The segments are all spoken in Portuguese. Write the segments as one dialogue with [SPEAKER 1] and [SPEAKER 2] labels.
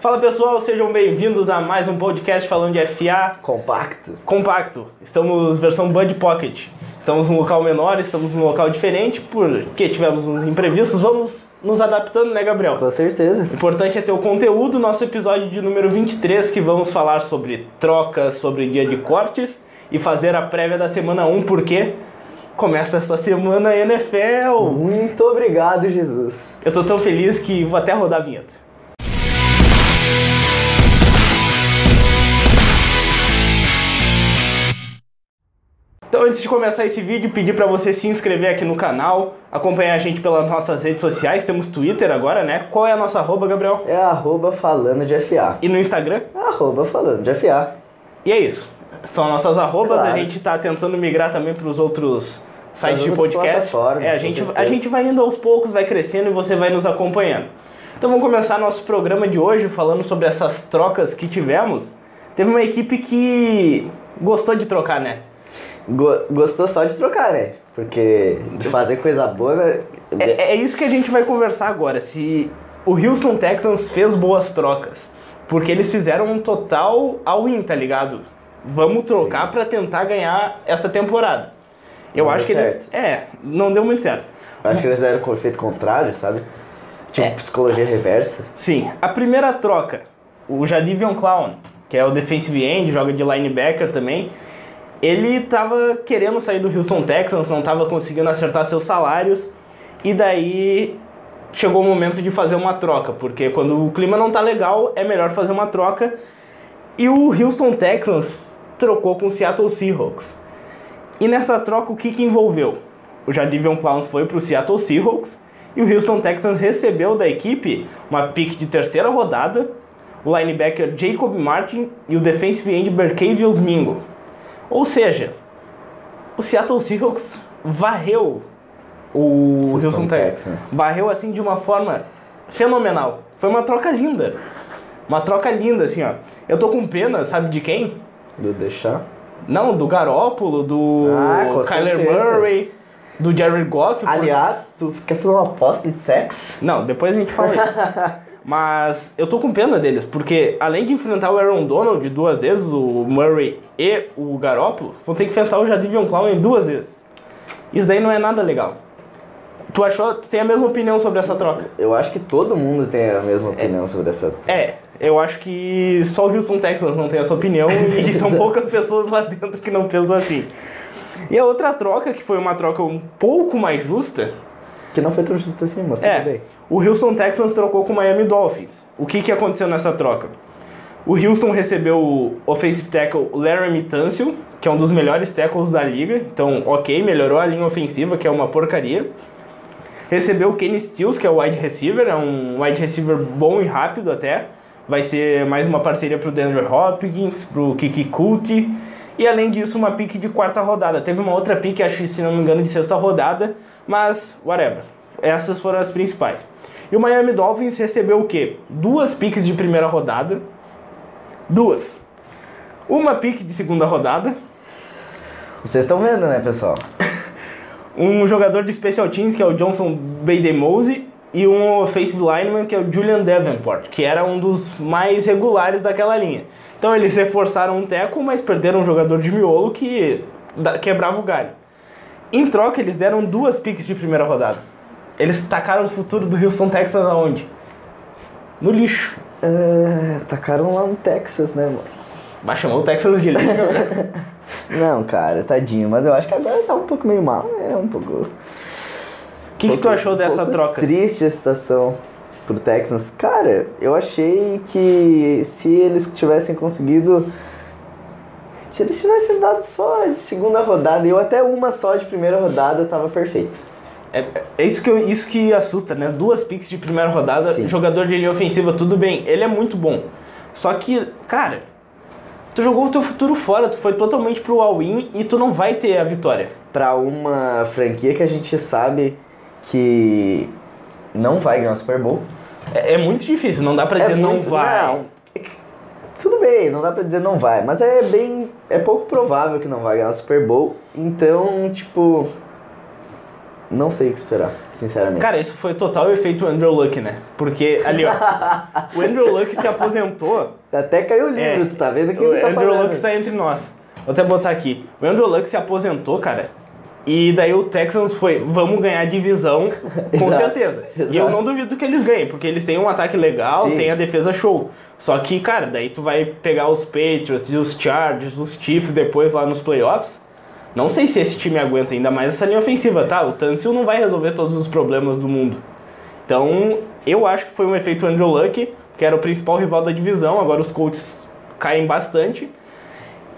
[SPEAKER 1] Fala pessoal, sejam bem-vindos a mais um podcast falando de FA
[SPEAKER 2] Compacto.
[SPEAKER 1] compacto. Estamos versão Bud Pocket. Estamos num local menor, estamos num local diferente, porque tivemos uns imprevistos. Vamos nos adaptando, né, Gabriel?
[SPEAKER 2] Com certeza.
[SPEAKER 1] importante é ter o conteúdo, nosso episódio de número 23, que vamos falar sobre trocas, sobre dia de cortes e fazer a prévia da semana 1, porque começa essa semana a NFL.
[SPEAKER 2] Muito obrigado, Jesus.
[SPEAKER 1] Eu tô tão feliz que vou até rodar a vinheta. Então, antes de começar esse vídeo, pedir para você se inscrever aqui no canal, acompanhar a gente pelas nossas redes sociais, temos Twitter agora, né? Qual é a nossa arroba, Gabriel?
[SPEAKER 2] É arroba falando de FA.
[SPEAKER 1] E no Instagram?
[SPEAKER 2] Arroba falando de FA.
[SPEAKER 1] E é isso. São nossas arrobas,
[SPEAKER 2] Claro.
[SPEAKER 1] a gente tá tentando migrar também para os outros sites
[SPEAKER 2] As
[SPEAKER 1] de
[SPEAKER 2] outras
[SPEAKER 1] podcast.
[SPEAKER 2] plataformas,
[SPEAKER 1] É, a
[SPEAKER 2] com
[SPEAKER 1] gente, a
[SPEAKER 2] certeza.
[SPEAKER 1] gente vai indo aos poucos, vai crescendo e você vai nos acompanhando. Então vamos começar nosso programa de hoje falando sobre essas trocas que tivemos. Teve uma equipe que gostou de trocar, né?
[SPEAKER 2] Go- gostou só de trocar, né? Porque fazer coisa boa. né?
[SPEAKER 1] É, é isso que a gente vai conversar agora. Se o Houston Texans fez boas trocas, porque eles fizeram um total all-in, tá ligado? Vamos trocar pra tentar ganhar essa temporada. Eu
[SPEAKER 2] Não
[SPEAKER 1] acho que
[SPEAKER 2] deu
[SPEAKER 1] eles.
[SPEAKER 2] certo.
[SPEAKER 1] É, não deu muito certo.
[SPEAKER 2] Acho que eles fizeram o efeito contrário, sabe? Tipo psicologia reversa.
[SPEAKER 1] Sim, a primeira troca, o Jadivion Clown, que é o defensive end, joga de linebacker também, ele tava querendo sair do Houston Texans, não tava conseguindo acertar seus salários, e daí chegou o momento de fazer uma troca, porque quando o clima não tá legal, é melhor fazer uma troca, e o Houston Texans trocou com o Seattle Seahawks. E nessa troca, o que, que envolveu? O Jadivion Clown foi para o Seattle Seahawks e o Houston Texans recebeu da equipe uma pick de terceira rodada, o linebacker Jacob Martin e o defensive end Berkevius Mingo. Ou seja, o Seattle Seahawks varreu o Houston,
[SPEAKER 2] Houston
[SPEAKER 1] Texans.
[SPEAKER 2] Texans.
[SPEAKER 1] Varreu assim de uma forma fenomenal. Foi uma troca linda. Uma troca linda, assim, ó. Eu tô com pena, sabe de quem?
[SPEAKER 2] Do deixar.
[SPEAKER 1] Não, do Garópolo, do
[SPEAKER 2] Ah, com
[SPEAKER 1] Kyler
[SPEAKER 2] certeza.
[SPEAKER 1] Murray, do Jared Goff. por-
[SPEAKER 2] Aliás, tu quer fazer uma aposta de sexo?
[SPEAKER 1] Não, depois a gente fala isso. Mas eu tô com pena deles, porque além de enfrentar o Aaron Donald duas vezes, o Murray e o Garópolo, vão ter que enfrentar o Jadivion Clown duas vezes. Isso daí não é nada legal. Tu achou? Tu tem a mesma opinião sobre essa troca?
[SPEAKER 2] Eu acho que todo mundo tem a mesma opinião sobre essa.
[SPEAKER 1] É, eu acho que só o Houston Texans não tem essa opinião e são poucas pessoas lá dentro que não pensam assim. E a outra troca, que foi uma troca um pouco mais justa,
[SPEAKER 2] Que não foi tão justo assim, mas tudo
[SPEAKER 1] é,
[SPEAKER 2] bem.
[SPEAKER 1] o Houston Texans trocou com o Miami Dolphins. O que, que aconteceu nessa troca? O Houston recebeu o offensive tackle Laramie Tunsil, que é um dos melhores tackles da liga. Então, ok, melhorou a linha ofensiva, que é uma porcaria. Recebeu o Kenny Stills, que é o wide receiver, é um wide receiver bom e rápido até. Vai ser mais uma parceria pro DeAndre Hopkins, pro Kiki Kuti. E além disso, uma pique de quarta rodada. Teve uma outra pique, acho que se não me engano, de sexta rodada, mas whatever. Essas foram as principais. E o Miami Dolphins recebeu o quê? Duas piques de primeira rodada. Duas. Uma pique de segunda rodada.
[SPEAKER 2] Vocês estão vendo, né, pessoal?
[SPEAKER 1] um jogador de special teams, que é o Johnson Baydemose, e um offensive lineman, que é o Julian Davenport, que era um dos mais regulares daquela linha. Então eles reforçaram um teco, mas perderam um jogador de miolo que da- quebrava o galho. Em troca, eles deram duas piques de primeira rodada. Eles tacaram o futuro do Houston Texans aonde? No lixo.
[SPEAKER 2] É, tacaram lá no Texas, né, mano?
[SPEAKER 1] Mas chamou o Texans de lixo. né?
[SPEAKER 2] Não, cara, tadinho, mas eu acho que agora tá um pouco meio mal, é um pouco. um
[SPEAKER 1] O que, que tu achou dessa troca?
[SPEAKER 2] Triste a situação pro Texans. Cara, eu achei que se eles tivessem conseguido. Se eles tivessem dado só de segunda rodada, eu até uma só de primeira rodada tava perfeito.
[SPEAKER 1] É, é isso, que eu- isso que assusta, né? Duas picks de primeira rodada,
[SPEAKER 2] Sim.
[SPEAKER 1] jogador de linha ofensiva, tudo bem. Ele é muito bom. Só que, cara, tu jogou o teu futuro fora, tu foi totalmente pro all-in e tu não vai ter a vitória.
[SPEAKER 2] Pra uma franquia que a gente sabe que não vai ganhar o Super Bowl.
[SPEAKER 1] É, é muito difícil, não dá pra dizer não
[SPEAKER 2] É muito-
[SPEAKER 1] vai.
[SPEAKER 2] não. é Tudo bem, não dá pra dizer não vai, mas é bem. É pouco provável que não vai ganhar o Super Bowl. Então, tipo. Não sei o que esperar, sinceramente.
[SPEAKER 1] Cara, isso foi total efeito Andrew Luck, né? Porque ali, ó, o Andrew Luck se aposentou.
[SPEAKER 2] Até caiu o livro,
[SPEAKER 1] É.
[SPEAKER 2] tu tá vendo o que
[SPEAKER 1] o
[SPEAKER 2] ele tá
[SPEAKER 1] Andrew
[SPEAKER 2] falando.
[SPEAKER 1] Luck está entre nós. Vou até botar aqui. O Andrew Luck se aposentou, cara. E daí o Texans foi, vamos ganhar a divisão, com
[SPEAKER 2] Exato,
[SPEAKER 1] certeza. E eu
[SPEAKER 2] exato.
[SPEAKER 1] não duvido que eles ganhem, porque eles têm um ataque legal,
[SPEAKER 2] Sim.
[SPEAKER 1] têm a defesa show. Só que, cara, daí tu vai pegar os Patriots e os Chargers, os Chiefs depois lá nos playoffs. Não sei se esse time aguenta ainda mais essa linha ofensiva, tá? O Tansil não vai resolver todos os problemas do mundo. Então, eu acho que foi um efeito Andrew Luck, que era o principal rival da divisão, agora os Colts caem bastante.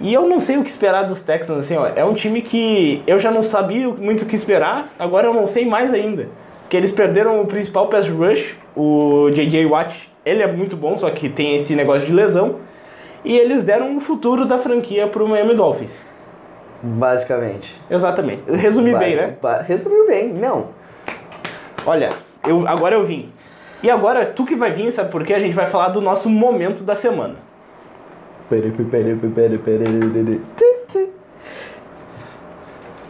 [SPEAKER 1] E eu não sei o que esperar dos Texans, assim, ó. É um time que eu já não sabia muito o que esperar, agora eu não sei mais ainda. Porque eles perderam o principal pass rush, o J.J. Watt, ele é muito bom, só que tem esse negócio de lesão. E eles deram o futuro da franquia pro Miami Dolphins.
[SPEAKER 2] Basicamente.
[SPEAKER 1] Exatamente. Resumi bem,
[SPEAKER 2] Basi-
[SPEAKER 1] né?
[SPEAKER 2] ba- Resumiu bem, não.
[SPEAKER 1] Olha, eu, agora eu vim. E agora, tu que vai vir, sabe por quê? A gente vai falar do nosso momento da semana.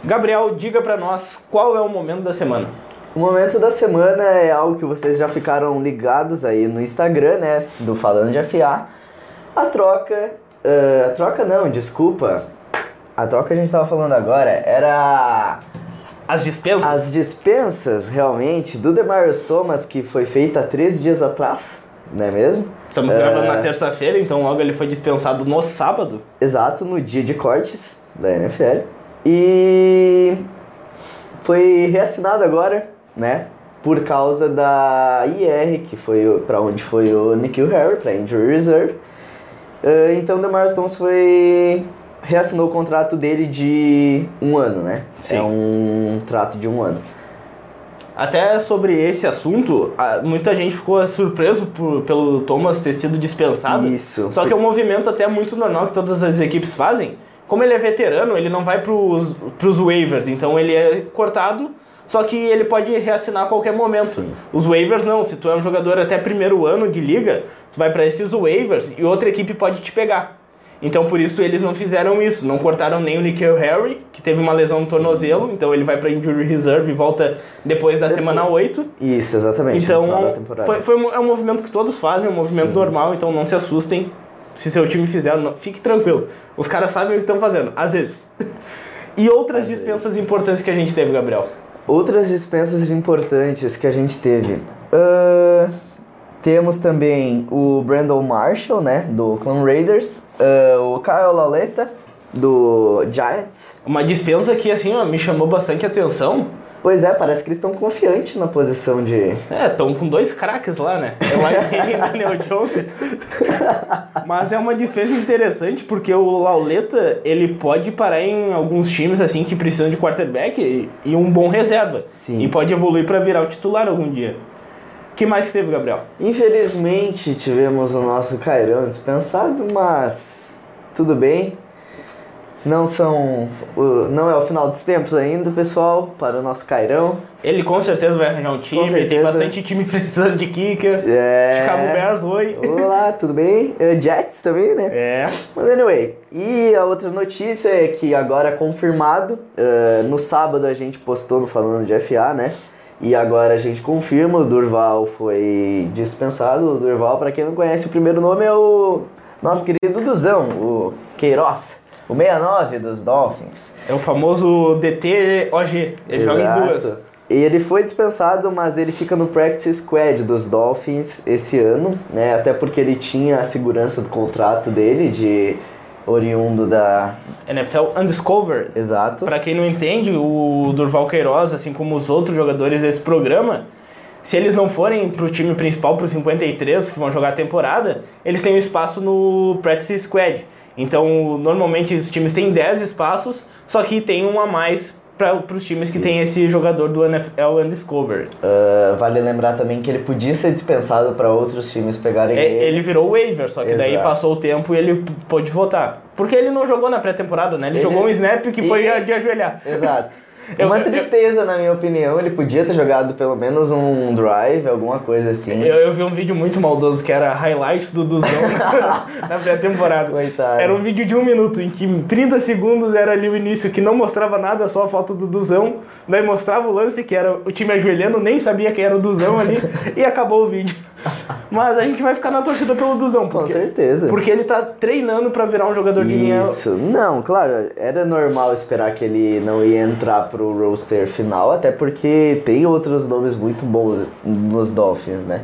[SPEAKER 1] Gabriel, diga pra nós qual é o momento da semana.
[SPEAKER 2] O momento da semana é algo que vocês já ficaram ligados aí no Instagram, né? Do Falando de FA. A troca. ah, a troca não, desculpa. A troca que a gente tava falando agora era
[SPEAKER 1] As dispensas?
[SPEAKER 2] as dispensas realmente do Demarius Thomas que foi feita há três dias atrás, não é mesmo?
[SPEAKER 1] Estamos gravando na terça-feira, então logo ele foi dispensado no sábado.
[SPEAKER 2] Exato, no dia de cortes da NFL. E foi reassinado agora, né? Por causa da IR, que foi para onde foi o Nikhil Harry, para Injury Reserve. Ah, então o DeMar Thomas foi reassinou o contrato dele de um ano, né?
[SPEAKER 1] Sim.
[SPEAKER 2] É um trato de um ano.
[SPEAKER 1] Até sobre esse assunto, a- muita gente ficou surpreso por- pelo Thomas ter sido dispensado.
[SPEAKER 2] Isso.
[SPEAKER 1] Só que é um movimento até muito normal que todas as equipes fazem. Como ele é veterano, ele não vai pros, pros waivers, então ele é cortado, só que ele pode reassinar a qualquer momento.
[SPEAKER 2] Sim.
[SPEAKER 1] Os waivers não, se tu é um jogador até primeiro ano de liga, tu vai para esses waivers e outra equipe pode te pegar. Então por isso eles não fizeram isso, não cortaram nem o Nikhil Harry, que teve uma lesão no tornozelo, então ele vai para injury reserve e volta depois da semana 8.
[SPEAKER 2] Isso, exatamente. no final da
[SPEAKER 1] Então,
[SPEAKER 2] temporada.
[SPEAKER 1] foi, foi um, é um movimento que todos fazem, é um movimento normal, então não se assustem se seu time fizer, não- fique tranquilo. Os caras sabem o que estão fazendo, às vezes. E outras dispensas importantes que a gente teve, Gabriel.
[SPEAKER 2] Outras dispensas importantes que a gente teve. Ahn, temos também o Brandon Marshall, né? Do Oakland Raiders. Ahn, o Kyle Laleta, do Giants.
[SPEAKER 1] Uma dispensa que, assim, ó, me chamou bastante atenção.
[SPEAKER 2] Pois é, parece que eles estão confiantes na posição de.
[SPEAKER 1] É, estão com dois craques lá, né? É o Lightning e o Daniel Jones. Mas é uma dispensa interessante, porque o Lauleta, ele pode parar em alguns times, assim, que precisam de quarterback e, e um bom reserva.
[SPEAKER 2] Sim.
[SPEAKER 1] E pode evoluir para virar o titular algum dia. O que mais que teve, Gabriel?
[SPEAKER 2] Infelizmente tivemos o nosso Cairão dispensado, mas tudo bem. Não são. o- Não é o final dos tempos ainda, pessoal, para o nosso Cairão.
[SPEAKER 1] Ele com certeza vai arranjar um time, tem
[SPEAKER 2] certeza.
[SPEAKER 1] bastante time precisando de kicker.
[SPEAKER 2] É.
[SPEAKER 1] Chicago Bears, oi.
[SPEAKER 2] Olá, tudo bem? Eh, Jets também, né?
[SPEAKER 1] É.
[SPEAKER 2] Mas anyway, e a outra notícia é que agora confirmado, eh, no sábado a gente postou no Falando de FA, né? E agora a gente confirma, o Durval foi dispensado. O Durval, pra quem não conhece, o primeiro nome é o nosso querido Duzão, o Queiroz, o 69 dos Dolphins.
[SPEAKER 1] É o famoso DT OG. Ele joga em duas.
[SPEAKER 2] E ele foi dispensado, mas ele fica no practice squad dos Dolphins esse ano, né? Até porque ele tinha a segurança do contrato dele de oriundo da
[SPEAKER 1] NFL Undiscovered.
[SPEAKER 2] Exato.
[SPEAKER 1] Pra quem não entende, o Durval Queiroz, assim como os outros jogadores desse programa, se eles não forem pro time principal, pro 53, que vão jogar a temporada, eles têm um espaço no practice squad. Então, normalmente os times têm 10 espaços, só que tem um a mais para os times que tem esse jogador do NFL Undiscovered.
[SPEAKER 2] Ah, vale lembrar também que ele podia ser dispensado para outros times pegarem
[SPEAKER 1] É,
[SPEAKER 2] ele.
[SPEAKER 1] ele virou waiver, só que daí
[SPEAKER 2] Exato.
[SPEAKER 1] passou o tempo e ele p- pôde votar. Porque ele não jogou na pré-temporada, né? Ele,
[SPEAKER 2] Ele-
[SPEAKER 1] jogou um snap que foi
[SPEAKER 2] E-
[SPEAKER 1] a de ajoelhar.
[SPEAKER 2] Exato.
[SPEAKER 1] Eu-
[SPEAKER 2] Uma
[SPEAKER 1] eu-
[SPEAKER 2] tristeza, na minha opinião. Ele podia ter jogado pelo menos um drive, alguma coisa assim.
[SPEAKER 1] Eu, eu vi um vídeo muito maldoso que era highlights do Duzão na pré-temporada.
[SPEAKER 2] Coitado.
[SPEAKER 1] Era um vídeo de um minuto, em que em 30 segundos era ali o início, que não mostrava nada, só a foto do Duzão. Daí mostrava o lance, que era o time ajoelhando, nem sabia quem era o Duzão ali, e acabou o vídeo. Mas a gente vai ficar na torcida pelo Duzão,
[SPEAKER 2] Com
[SPEAKER 1] porque,
[SPEAKER 2] certeza.
[SPEAKER 1] porque ele tá treinando pra virar um jogador de linha.
[SPEAKER 2] Isso. Não, claro, era normal esperar que ele não ia entrar pro roster final, até porque tem outros nomes muito bons nos Dolphins, né?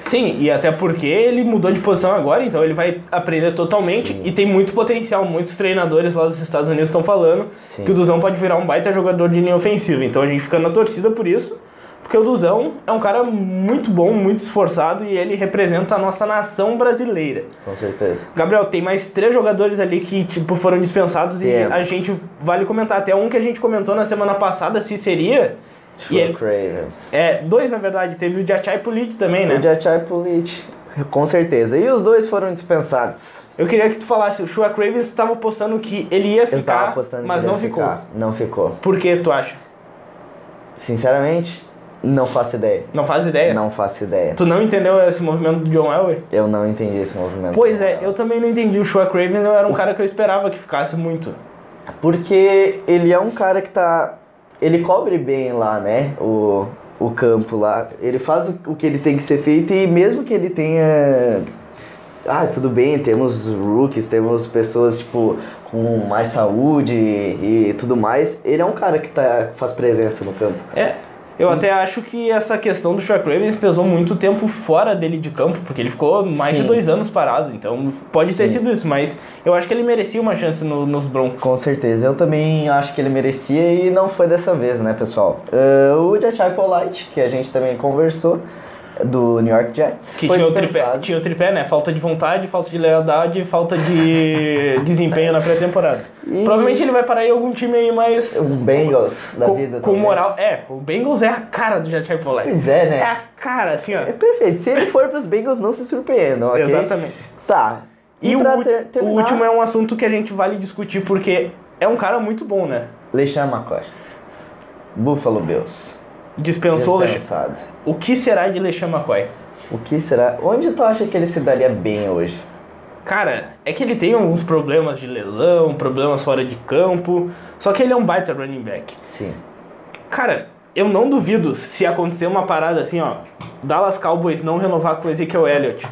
[SPEAKER 1] Sim, e até porque ele mudou de posição agora, então ele vai aprender totalmente e tem muito potencial. Muitos treinadores lá dos Estados Unidos estão falando
[SPEAKER 2] Sim.
[SPEAKER 1] que o Duzão pode virar um baita jogador de linha ofensiva. Então a gente fica na torcida por isso, porque o Duzão é um cara muito bom, muito esforçado e ele representa a nossa nação brasileira.
[SPEAKER 2] Com certeza.
[SPEAKER 1] Gabriel, tem mais três jogadores ali que tipo, foram dispensados
[SPEAKER 2] Temos.
[SPEAKER 1] e a gente vale comentar. Até um que a gente comentou na semana passada se seria. E
[SPEAKER 2] Sure
[SPEAKER 1] ele-
[SPEAKER 2] Cravens.
[SPEAKER 1] é, dois na verdade, teve o Jachai Pulit também, né?
[SPEAKER 2] O Jachai Pulit, com certeza. E os dois foram dispensados.
[SPEAKER 1] Eu queria que tu falasse, o Shua Cravens tu tava apostando que ele ia
[SPEAKER 2] Eu tava
[SPEAKER 1] ficar,
[SPEAKER 2] apostando que
[SPEAKER 1] mas
[SPEAKER 2] ele
[SPEAKER 1] não
[SPEAKER 2] ia
[SPEAKER 1] ficou.
[SPEAKER 2] ficar. Não ficou.
[SPEAKER 1] Por que tu acha?
[SPEAKER 2] Sinceramente, não faço ideia.
[SPEAKER 1] Não faz ideia?
[SPEAKER 2] Não faço ideia.
[SPEAKER 1] Tu não entendeu esse movimento do John Elway?
[SPEAKER 2] Eu não entendi esse movimento.
[SPEAKER 1] Pois é, eu também não entendi. O Shua Cravens eu era um cara que eu esperava que ficasse muito.
[SPEAKER 2] Porque ele é um cara que tá. Ele cobre bem lá, né? O, o campo lá. Ele faz o, o que ele tem que ser feito e mesmo que ele tenha. Ah, tudo bem, temos rookies, temos pessoas, tipo, com mais saúde e, e tudo mais. Ele é um cara que tá, faz presença no campo.
[SPEAKER 1] É, eu
[SPEAKER 2] Hum.
[SPEAKER 1] até acho que essa questão do Shua Cravens pesou muito tempo fora dele de campo, porque ele ficou mais
[SPEAKER 2] Sim.
[SPEAKER 1] de dois anos parado, então pode ter
[SPEAKER 2] Sim.
[SPEAKER 1] sido isso, mas eu acho que ele merecia uma chance no- nos Broncos.
[SPEAKER 2] Com certeza, eu também acho que ele merecia e não foi dessa vez, né, pessoal? Ah, o Jachai Polite, que a gente também conversou, do New York Jets,
[SPEAKER 1] Que
[SPEAKER 2] foi
[SPEAKER 1] tinha o, tripé,
[SPEAKER 2] dispensado.
[SPEAKER 1] tinha o tripé, né? Falta de vontade, falta de lealdade, falta de desempenho na pré-temporada.
[SPEAKER 2] E-
[SPEAKER 1] Provavelmente ele vai parar em algum time aí mais.
[SPEAKER 2] Um Bengals da
[SPEAKER 1] com,
[SPEAKER 2] vida.
[SPEAKER 1] com
[SPEAKER 2] talvez.
[SPEAKER 1] moral. É, o Bengals é a cara do Jet Polite.
[SPEAKER 2] Pois é,
[SPEAKER 1] É
[SPEAKER 2] né?
[SPEAKER 1] a cara, assim, ó.
[SPEAKER 2] É perfeito. Se ele for pros Bengals, não se surpreendam, ok?
[SPEAKER 1] Exatamente.
[SPEAKER 2] Tá.
[SPEAKER 1] E,
[SPEAKER 2] E,
[SPEAKER 1] o,
[SPEAKER 2] pra
[SPEAKER 1] ú-
[SPEAKER 2] ter-
[SPEAKER 1] o
[SPEAKER 2] terminar...
[SPEAKER 1] último é um assunto que a gente vale discutir, porque é um cara muito bom, né?
[SPEAKER 2] Lexan McCoy. Buffalo Bills.
[SPEAKER 1] Dispensou
[SPEAKER 2] Dispensado.
[SPEAKER 1] o que será de LeSean McCoy?
[SPEAKER 2] O que será? Onde tu acha que ele se daria bem hoje?
[SPEAKER 1] Cara, é que ele tem alguns problemas de lesão, problemas fora de campo, só que ele é um baita running back.
[SPEAKER 2] Sim.
[SPEAKER 1] Cara, eu não duvido se acontecer uma parada assim, ó. Dallas Cowboys não renovar com o Ezekiel Elliott.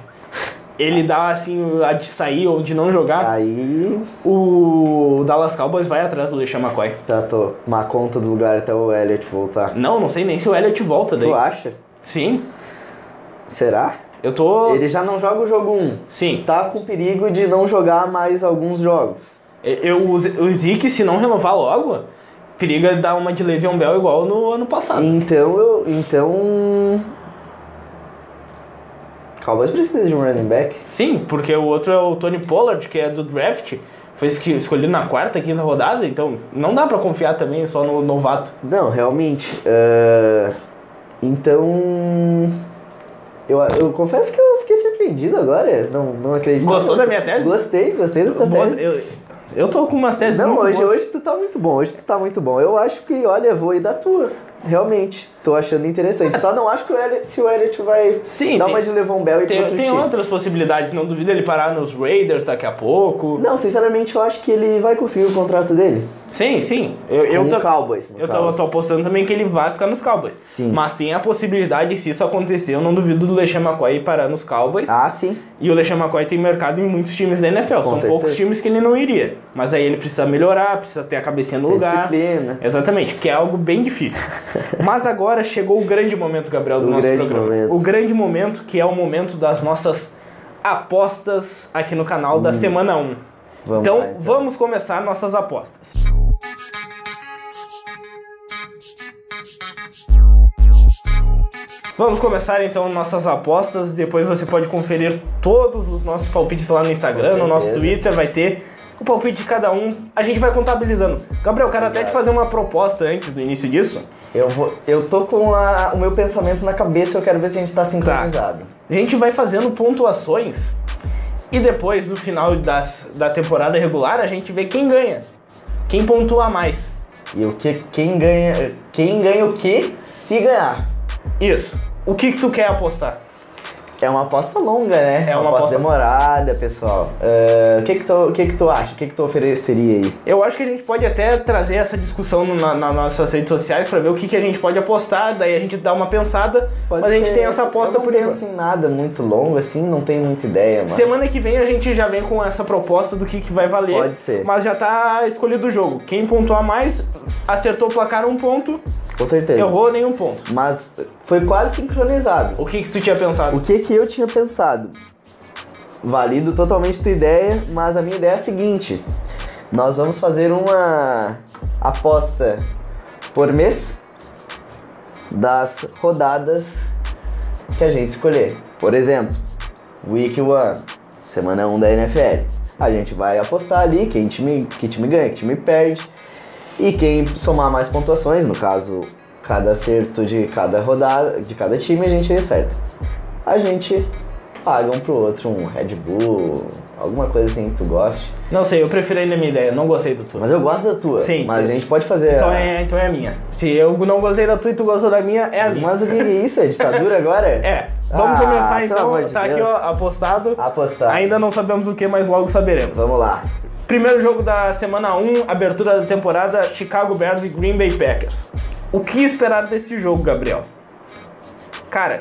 [SPEAKER 1] Ele dá assim a de sair ou de não jogar.
[SPEAKER 2] Aí,
[SPEAKER 1] O Dallas Cowboys vai atrás do LeSean McCoy.
[SPEAKER 2] tá, tô. Uma conta do lugar até o Elliot voltar.
[SPEAKER 1] Não, não sei nem se o Elliott volta daí.
[SPEAKER 2] Tu acha?
[SPEAKER 1] Sim,
[SPEAKER 2] Será?
[SPEAKER 1] eu tô.
[SPEAKER 2] Ele já não joga o jogo 1.
[SPEAKER 1] Sim,
[SPEAKER 2] Tá com perigo de não jogar mais alguns jogos.
[SPEAKER 1] eu, o Ze- o Zeke, se não renovar logo, periga dar uma de Le'Veon Bell igual no ano passado.
[SPEAKER 2] Então eu. Então. Cowboys precisa de um running back.
[SPEAKER 1] Sim, porque o outro é o Tony Pollard, que é do draft. Foi esqui- escolhido na quarta, quinta rodada, então não dá pra confiar também só no novato.
[SPEAKER 2] Não, realmente. ah, então. Eu, eu confesso que eu fiquei surpreendido agora. Não, não acredito.
[SPEAKER 1] Gostou da minha tese?
[SPEAKER 2] Gostei, gostei dessa
[SPEAKER 1] Boa-
[SPEAKER 2] tese.
[SPEAKER 1] eu, eu tô com umas teses
[SPEAKER 2] Não,
[SPEAKER 1] É muito
[SPEAKER 2] hoje,
[SPEAKER 1] boas.
[SPEAKER 2] hoje tu tá muito bom, hoje tu tá muito bom. Eu acho que, olha, vou ir da tua. Realmente, tô achando interessante. Só não acho que o Elliot, se o Elliot vai
[SPEAKER 1] Sim,
[SPEAKER 2] dar
[SPEAKER 1] tem-
[SPEAKER 2] uma de Levon Bell e
[SPEAKER 1] Tem,
[SPEAKER 2] outro
[SPEAKER 1] tem
[SPEAKER 2] time.
[SPEAKER 1] outras possibilidades, não duvido ele parar nos Raiders daqui a pouco.
[SPEAKER 2] Não, sinceramente, eu acho que ele vai conseguir o contrato dele.
[SPEAKER 1] Sim, sim. Eu,
[SPEAKER 2] Eu
[SPEAKER 1] eu,
[SPEAKER 2] com
[SPEAKER 1] tô,
[SPEAKER 2] o Cowboys, no
[SPEAKER 1] eu tô,
[SPEAKER 2] caso.
[SPEAKER 1] tô apostando também que ele vai ficar nos Cowboys.
[SPEAKER 2] Sim.
[SPEAKER 1] Mas tem a possibilidade, se isso acontecer, eu não duvido do LeSean McCoy ir parar nos Cowboys.
[SPEAKER 2] Ah, sim.
[SPEAKER 1] E o LeSean McCoy tem mercado em muitos times da NFL. São
[SPEAKER 2] certeza.
[SPEAKER 1] poucos times que ele não iria. Mas aí ele precisa melhorar, precisa ter a cabecinha no
[SPEAKER 2] Tem
[SPEAKER 1] lugar.
[SPEAKER 2] disciplina.
[SPEAKER 1] Exatamente, que é algo bem difícil. Mas agora chegou o grande momento, Gabriel, do
[SPEAKER 2] O
[SPEAKER 1] nosso
[SPEAKER 2] grande
[SPEAKER 1] programa.
[SPEAKER 2] momento.
[SPEAKER 1] O grande momento, que é o momento das nossas apostas aqui no canal
[SPEAKER 2] Hum.
[SPEAKER 1] da semana 1.
[SPEAKER 2] Vamos
[SPEAKER 1] então,
[SPEAKER 2] lá, então.
[SPEAKER 1] vamos começar nossas apostas. Vamos começar então nossas apostas. Depois você pode conferir todos os nossos palpites lá no Instagram, no nosso
[SPEAKER 2] certeza.
[SPEAKER 1] Twitter, vai ter o palpite de cada um. A gente vai contabilizando. Gabriel, quero até te fazer uma proposta antes do início disso.
[SPEAKER 2] Eu, vou, eu tô com a- o meu pensamento na cabeça, eu quero ver se a gente tá sincronizado.
[SPEAKER 1] A gente vai fazendo pontuações e depois, no final das, da temporada regular, a gente vê quem ganha, quem pontua mais.
[SPEAKER 2] E o que quem ganha, quem ganha o que se ganhar.
[SPEAKER 1] Isso. O que, que tu quer apostar?
[SPEAKER 2] É uma aposta longa, né?
[SPEAKER 1] É uma aposta-
[SPEAKER 2] demorada, pessoal. Ah, o que que tu, o que que tu acha? O que que tu ofereceria aí?
[SPEAKER 1] Eu acho que a gente pode até trazer essa discussão no- na, nas nossas redes sociais pra ver o que, que a gente pode apostar, daí a gente dá uma pensada, mas a gente tem essa aposta
[SPEAKER 2] eu não
[SPEAKER 1] por
[SPEAKER 2] assim. penso
[SPEAKER 1] enquanto.
[SPEAKER 2] em nada muito longo assim, não tenho muita ideia, mano.
[SPEAKER 1] Semana que vem a gente já vem com essa proposta do que, que vai valer.
[SPEAKER 2] Pode ser.
[SPEAKER 1] Mas já tá escolhido o jogo. Quem pontuar mais, acertou o placar um ponto,
[SPEAKER 2] Com certeza.
[SPEAKER 1] errou nenhum ponto.
[SPEAKER 2] Mas foi quase sincronizado.
[SPEAKER 1] O que, que tu tinha pensado?
[SPEAKER 2] O que que eu tinha pensado? Valido totalmente tua ideia, mas a minha ideia é a seguinte: nós vamos fazer uma aposta por mês das rodadas que a gente escolher. Por exemplo, Week 1, semana 1 da NFL. A gente vai apostar ali quem time, que time ganha, que time perde. E quem somar mais pontuações, no caso, cada acerto de cada rodada, de cada time, a gente acerta. A gente paga um pro outro um Red Bull, alguma coisa assim que tu goste.
[SPEAKER 1] Não sei, eu preferi ainda a minha ideia, não gostei do tu.
[SPEAKER 2] Mas eu gosto da tua.
[SPEAKER 1] Sim.
[SPEAKER 2] Mas a gente pode fazer.
[SPEAKER 1] Então
[SPEAKER 2] a-
[SPEAKER 1] é, então é a minha. Se eu não gostei da tua e tu gostou da minha, é a minha.
[SPEAKER 2] Mas o que que é isso? É ditadura agora?
[SPEAKER 1] É, vamos
[SPEAKER 2] Ah,
[SPEAKER 1] começar
[SPEAKER 2] pelo amor
[SPEAKER 1] então.
[SPEAKER 2] de
[SPEAKER 1] tá aqui,
[SPEAKER 2] Deus.
[SPEAKER 1] ó, apostado.
[SPEAKER 2] Apostar.
[SPEAKER 1] Ainda não sabemos o que, mas logo saberemos.
[SPEAKER 2] Vamos lá.
[SPEAKER 1] Primeiro jogo da semana 1, abertura da temporada, Chicago Bears e Green Bay Packers. O que esperar desse jogo, Gabriel? Cara,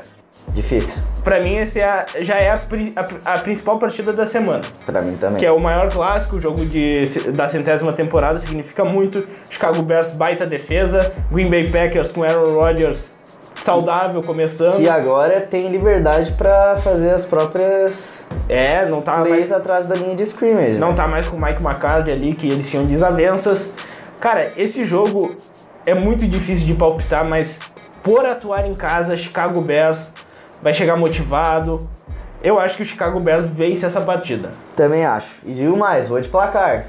[SPEAKER 2] Difícil.
[SPEAKER 1] pra mim essa é a- já é a, pri- a- a principal partida da semana,
[SPEAKER 2] Pra mim também.
[SPEAKER 1] que é o maior clássico, jogo de, da centésima temporada, significa muito. Chicago Bears baita defesa, Green Bay Packers com Aaron Rodgers saudável começando.
[SPEAKER 2] E agora tem liberdade pra fazer as próprias
[SPEAKER 1] É, não tá mais
[SPEAKER 2] leis atrás da linha de scrimmage.
[SPEAKER 1] não tá mais com o Mike McCarthy ali, que eles tinham desavenças. Cara, esse jogo é muito difícil de palpitar, mas por atuar em casa, Chicago Bears vai chegar motivado. Eu acho que o Chicago Bears vence essa partida.
[SPEAKER 2] Também acho. E digo mais, vou de placar.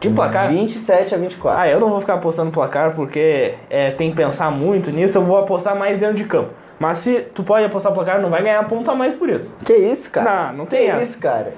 [SPEAKER 1] De placar?
[SPEAKER 2] 27 a 24.
[SPEAKER 1] Ah, eu não vou ficar apostando placar porque é, tem que pensar muito nisso. Eu vou apostar mais dentro de campo. Mas se tu pode apostar placar, não vai ganhar ponto a mais por isso.
[SPEAKER 2] Que isso, cara?
[SPEAKER 1] Não, não tem
[SPEAKER 2] Tá. que
[SPEAKER 1] essa.
[SPEAKER 2] isso, cara.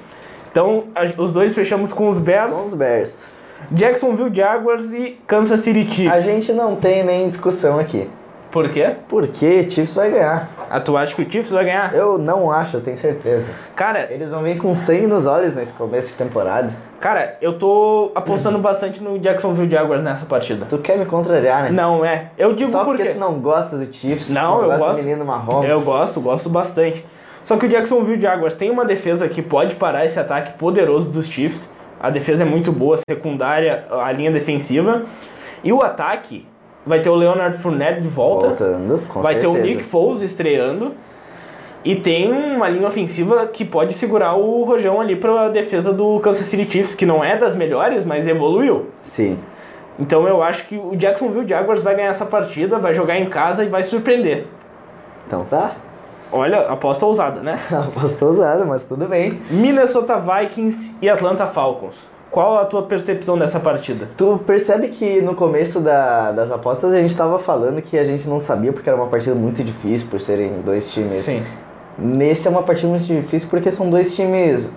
[SPEAKER 1] Então, a- os dois fechamos com os Bears,
[SPEAKER 2] Vamos Bears.
[SPEAKER 1] Jacksonville Jaguars e Kansas City Chiefs.
[SPEAKER 2] A gente não tem nem discussão aqui.
[SPEAKER 1] Por quê?
[SPEAKER 2] Porque Chiefs vai ganhar.
[SPEAKER 1] Ah, tu acha que o Chiefs vai ganhar?
[SPEAKER 2] Eu não acho, eu tenho certeza.
[SPEAKER 1] Cara,
[SPEAKER 2] Eles vão vir com sangue nos olhos nesse começo de temporada.
[SPEAKER 1] cara, eu tô apostando bastante no Jacksonville Jaguars nessa partida.
[SPEAKER 2] Tu quer me contrariar, né?
[SPEAKER 1] Não, é. Eu digo
[SPEAKER 2] Só
[SPEAKER 1] por
[SPEAKER 2] porque
[SPEAKER 1] quê.
[SPEAKER 2] tu não gosta do Chiefs,
[SPEAKER 1] Não,
[SPEAKER 2] tu
[SPEAKER 1] eu
[SPEAKER 2] gosta
[SPEAKER 1] gosto.
[SPEAKER 2] do menino Mahomes.
[SPEAKER 1] Eu gosto, gosto bastante. Só que o Jacksonville Jaguars tem uma defesa que pode parar esse ataque poderoso dos Chiefs. A defesa é muito boa, a secundária, a linha defensiva. E o ataque vai ter o Leonard Fournette de volta.
[SPEAKER 2] Voltando, com
[SPEAKER 1] vai ter um o
[SPEAKER 2] certeza.
[SPEAKER 1] Nick Foles estreando. E tem uma linha ofensiva que pode segurar o rojão ali pra defesa do Kansas City Chiefs, que não é das melhores, mas evoluiu.
[SPEAKER 2] Sim.
[SPEAKER 1] Então eu acho que o Jacksonville Jaguars vai ganhar essa partida, vai jogar em casa e vai surpreender.
[SPEAKER 2] Então tá.
[SPEAKER 1] Olha, aposta ousada, né?
[SPEAKER 2] Aposta ousada, mas tudo bem.
[SPEAKER 1] Minnesota Vikings e Atlanta Falcons. Qual a tua percepção dessa partida?
[SPEAKER 2] Tu percebe que no começo da- das apostas a gente tava falando que a gente não sabia porque era uma partida muito difícil por serem dois times. Nesse é uma partida muito difícil porque são dois times